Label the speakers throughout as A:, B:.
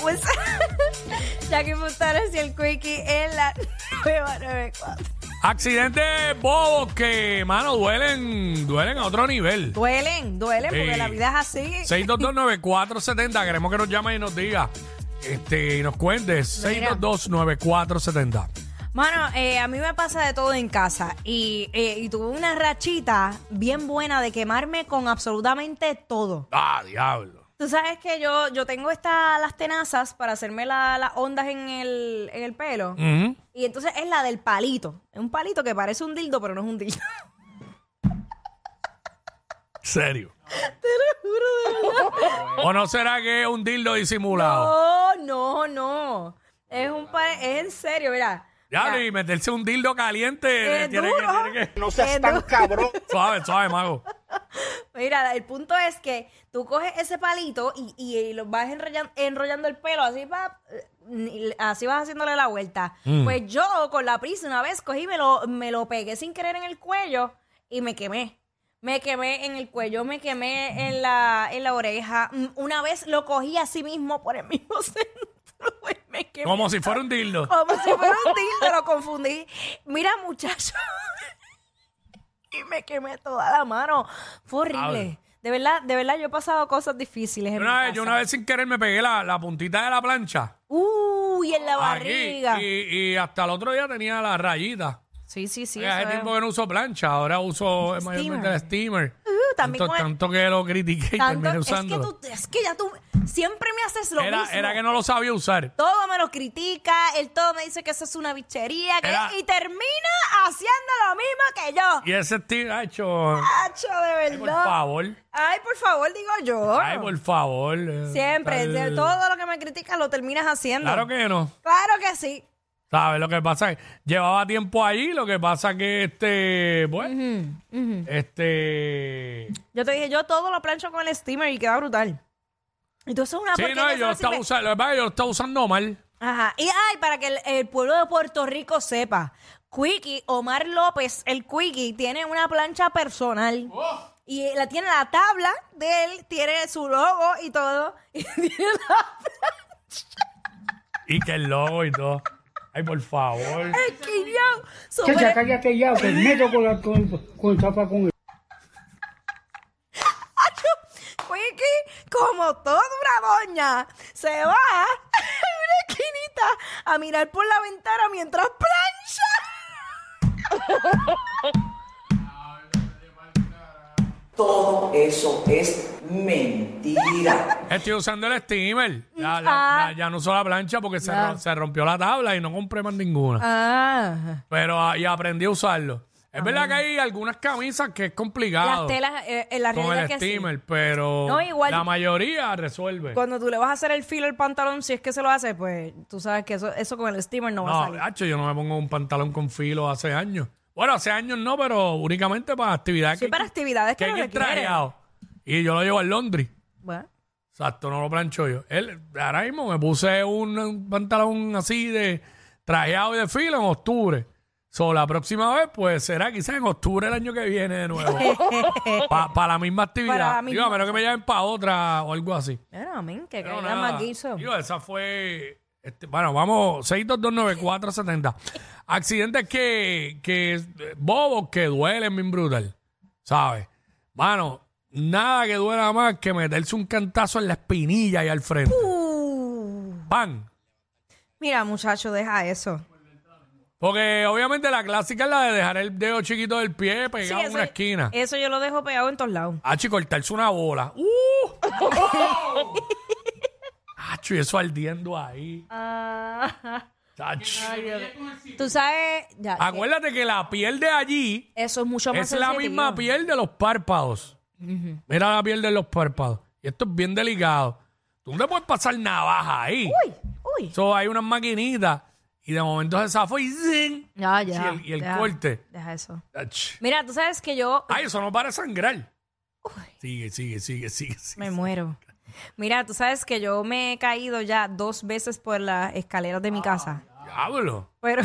A: Pues Jackie Fontanes y el Quickie en la nueva 94.
B: Accidentes bobos que, mano, duelen, duelen a otro nivel.
A: Duelen, duelen, porque
B: Sí.
A: la vida es así.
B: 6229470, queremos que nos llame y nos diga. Este, y nos cuentes.
A: Mira.
B: 6229470.
A: Mano, eh, a mí me pasa de todo en casa y, eh, y tuve una rachita bien buena de quemarme con absolutamente todo.
B: Ah, diablo.
A: Tú sabes que yo, yo tengo estas las tenazas para hacerme la- las ondas en el, en el pelo.
B: Ujú.
A: Y entonces es la del palito. Es un palito que parece un dildo, pero no es un dildo.
B: Serio. ¿O no será que es un dildo disimulado?
A: No, Oh, no, no. Es un pa- es en serio, mira.
B: Diablo,
A: Mira.
B: y meterse un dildo caliente.
A: Eh,
B: tiene que-
A: duro.
B: tiene que-
C: No seas
A: Eh,
C: tan
A: no.
C: cabrón.
B: Suave, suave, mago.
A: Mira, el punto es que tú coges ese palito y, y- y lo vas enrollan- enrollando, el pelo, así va, eh, así vas haciéndole la vuelta.
B: Mm.
A: Pues yo con la prisa una vez cogí, me lo, me lo pegué sin querer en el cuello y me quemé. Me quemé en el cuello, me quemé en la, en la oreja. Mm, Una vez lo cogí así mismo por el mismo centro. y me quemé.
B: Como si fuera un dildo.
A: Como si fuera un tilde, lo confundí. Mira, muchacho. y me quemé toda la mano. Fue horrible.
B: Diablo.
A: De verdad, de verdad, yo he pasado cosas difíciles en
B: Una
A: mi
B: vez, yo
A: casa.
B: una vez sin querer me pegué la, la puntita de la plancha.
A: Uy, en la
B: Aquí,
A: barriga.
B: y, y hasta el otro día tenía la rayita.
A: Sí, sí, sí.
B: Oye,
A: eso
B: hace
A: es-
B: tiempo que no uso plancha, ahora uso eh, mayormente el steamer.
A: Uh, también
B: tanto,
A: con el-
B: tanto que lo critiqué y
A: tanto-
B: terminé
A: es, que
B: usándolo.
A: tú, es que ya tú siempre me haces lo
B: era,
A: mismo.
B: era que no lo sabía usar.
A: Todo me lo critica, él todo me dice que eso es una bichería, que-
B: Era-
A: y termina haciendo lo mismo que yo.
B: Y ese steamer, ha hecho.
A: Hacho, de
B: Por
A: verdad.
B: favor.
A: Ay, por favor, digo yo.
B: Ay, por favor. eh,
A: Siempre,
B: tal-
A: de todo lo que me criticas lo terminas haciendo.
B: Claro que no.
A: Claro que sí.
B: ¿Sabes? Lo que pasa es que llevaba tiempo allí, lo que pasa que este, bueno, este...
A: Yo te dije, yo todo lo plancho con el steamer y queda brutal. Entonces una
B: Sí,
A: porquería,
B: no,
A: eso
B: yo lo
A: sirve.
B: estaba usando, lo que pasa es que yo lo estaba usando mal.
A: Ajá. Y ay, para que el, el pueblo de Puerto Rico sepa, Quickie, Omar López, el Quickie, tiene una plancha personal.
B: Oh.
A: Y la tiene la tabla de él, tiene su logo y todo. Y tiene la
B: Y que el logo y todo. Ay, por favor.
A: el quillao, súper-
D: Chacha, cállate ya, que meto con la con, con tapa con el.
A: Quickie, pues como toda una doña, se va a una esquinita a mirar por la ventana mientras plancha.
E: Todo eso es mentira.
B: Estoy usando el steamer. Ya, la-
A: Ah.
B: la- ya no uso la plancha porque se, ro- se rompió la tabla y no compré más ninguna.
A: Ah,
B: Pero ah, y aprendí a usarlo. Es verdad que hay algunas camisas que es
A: las
B: complicado
A: telas, eh, eh, la
B: con
A: realidad
B: el
A: es que sí.
B: steamer, pues. pero
A: No, igual-
B: la mayoría resuelve.
A: Cuando tú le vas a hacer el filo al pantalón, si es que se lo hace, pues tú sabes que eso, eso con el steamer no, va a
B: No,
A: salir.
B: hacho, yo no me pongo un pantalón con filo hace años. Bueno, hace años no, pero únicamente para actividades
A: Sí,
B: que,
A: para actividades que
B: que hay
A: lo
B: que ir
A: requieren.
B: trajeado. Y yo lo llevo al Londres.
A: Bueno,
B: Exacto, no lo plancho yo. Él, ahora mismo me puse un, un pantalón así de trajeado y de filo en octubre. So, la próxima vez, pues será quizás en octubre el año que viene de nuevo. Para la misma actividad.
A: Para la
B: Digo,
A: misma
B: a menos que me llamen para otra o algo así.
A: bueno, amén, que
B: Pero
A: caiga
B: nada.
A: más guiso.
B: Digo, esa fue. este, bueno, vamos, 6229470. Accidentes que, que. eh, bobos que duelen, bien brutal. ¿Sabes? Mano, nada que duela más que meterse un cantazo en la espinilla y al frente.
A: Uh,
B: ¡Pam!
A: mira, muchacho, deja eso.
B: Porque obviamente la clásica es la de dejar el dedo chiquito del pie
A: Sí,
B: pegado en
A: eso-
B: una esquina.
A: Eso yo lo dejo pegado en todos lados.
B: Hacho, y cortarse una bola. ¡Uh! Hacho, y eso ardiendo ahí.
A: Ah,
B: Hacho.
A: tú sabes, ya, que
B: Acuérdate que la piel de allí
A: eso es mucho más
B: Ah, es la
A: sensitivo.
B: misma piel de los párpados. Mira la piel de los párpados. Y esto es bien delicado. Tú no te puedes pasar navaja ahí.
A: Uy, uy.
B: So, hay unas maquinitas y de momento se zafó y ¡zin!
A: Ya,
B: Y
A: ya.
B: el, y el
A: deja,
B: corte.
A: Deja eso.
B: Ach.
A: Mira, tú sabes que yo
B: Ay, eso no para sangrar.
A: Uy.
B: Sigue, sigue, sigue, sigue. sigue.
A: me muero. Mira, tú sabes que yo me he caído ya dos veces por las escaleras
B: Ah.
A: de mi casa.
B: Diablo.
A: Pero,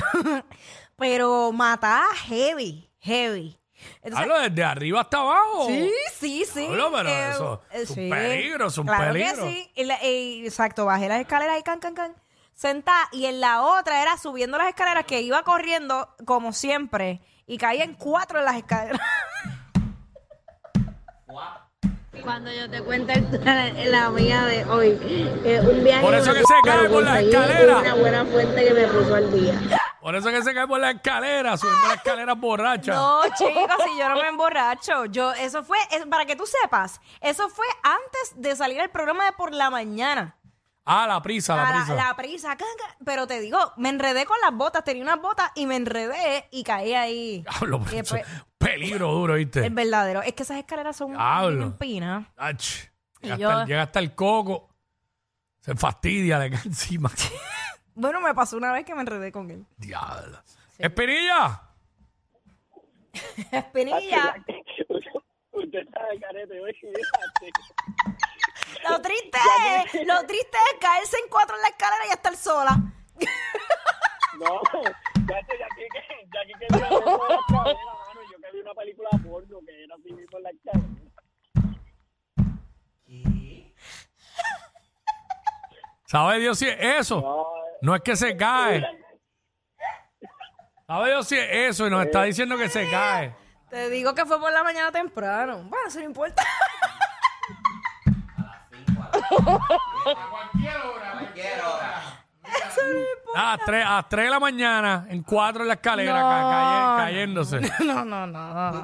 A: pero mataba heavy, heavy. Entonces-
B: Hablo desde arriba hasta abajo.
A: Sí, sí, sí.
B: Hablo, pero
A: Eh,
B: eso
A: eh,
B: es un peligro, es un
A: claro
B: peligro.
A: Que sí. Y la- y, exacto, bajé las escaleras y can, can, can. Sentada. Y en la otra era subiendo las escaleras que iba corriendo como siempre. Y caía en cuatro en las escaleras.
C: Cuando yo te cuente la, la mía de hoy, eh, un viaje.
B: Por eso
C: una
B: que se
C: fiesta,
B: cae por la
C: conseguí
B: escalera.
C: Una buena fuente que me puso al día.
B: Por eso que se cae por la escalera, subiendo las escaleras borrachas.
A: No, chicos, si yo no me emborracho. Yo, eso fue, es- para que tú sepas, eso fue antes de salir el programa de por la mañana.
B: Ah, la prisa, la
A: A
B: prisa.
A: prisa, can, can. Pero te digo, me enredé con las botas, tenía unas botas y me enredé y caí ahí.
B: Diablo, pero
A: Y
B: eso
A: después-
B: es peligro duro, ¿viste?
A: El verdadero. Es que esas escaleras son
B: Diablo.
A: bien empinas.
B: Ach,
A: Y
B: llega,
A: yo-
B: hasta el, llega hasta el coco. Se fastidia, le cae encima.
A: Bueno, me pasó una vez que me enredé con él.
B: Diablo. Espinilla.
A: Espinilla. Lo triste es, lo triste es caerse en cuatro en la escalera y estar sola.
F: No, ya sé, ya que, ya que quería hacer toda la cadera, mano. Yo que vi una película porno que era así mismo en la cadera.
B: ¿Sabe Dios si es eso?
F: No,
B: No es que se cae. ¿Sabe Dios si es eso? Y nos está diciendo que se cae.
A: Te digo que fue por la mañana temprano. Bueno, eso no importa.
B: Ah, A las 3, a las tres de la mañana, en 4 en la escalera, ca- calle- cayéndose.
A: No, no, no.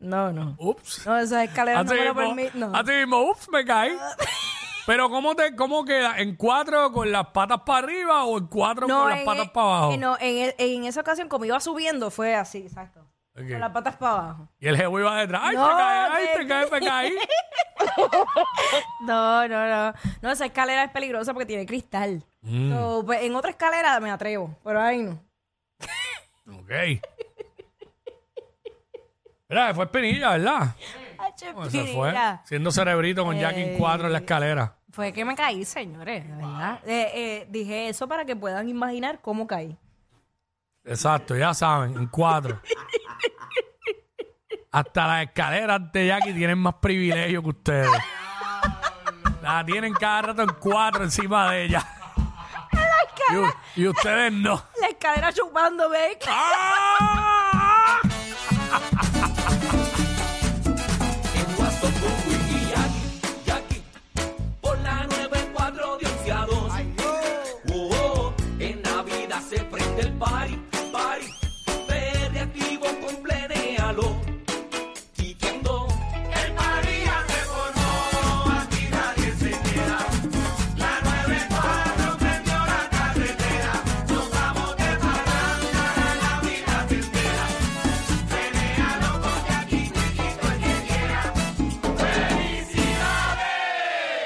A: No, no.
B: Ups.
A: No, esas escaleras
B: Así
A: no me lo
B: mismo,
A: permiten. No.
B: así mismo, ups, me caí. Pero ¿cómo, te, ¿cómo queda? ¿En 4 con las patas para arriba o en 4
A: No,
B: con las
A: en
B: patas
A: e-
B: para abajo?
A: eh, no, en, el- en esa ocasión, como iba subiendo, fue así, exacto.
B: Ok.
A: Con las patas para abajo.
B: Y el jevo iba detrás. ¡Ay,
A: No,
B: te caí! ¡Ay,
A: te-
B: te caí, me caí!
A: No, no, no. No, esa escalera es peligrosa porque tiene cristal.
B: Mm.
A: So, pues, en otra escalera me atrevo, pero ahí no.
B: Ok. Mira, fue Espinilla, ¿verdad?
A: Ay, che,
B: Bueno, Pues, se fue.
A: mira. Eh.
B: Siendo cerebrito con Jackie en 4 en la escalera.
A: Fue que me caí, señores, de verdad. Eh, eh, dije eso para que puedan imaginar cómo caí.
B: Exacto, ya saben, en 4. Hasta las escaleras de Jackie tienen más privilegio que ustedes. La tienen cada rato en 4 encima de ella. Y u- Y, ustedes no.
A: La escalera chupándome.
B: ¡Ah!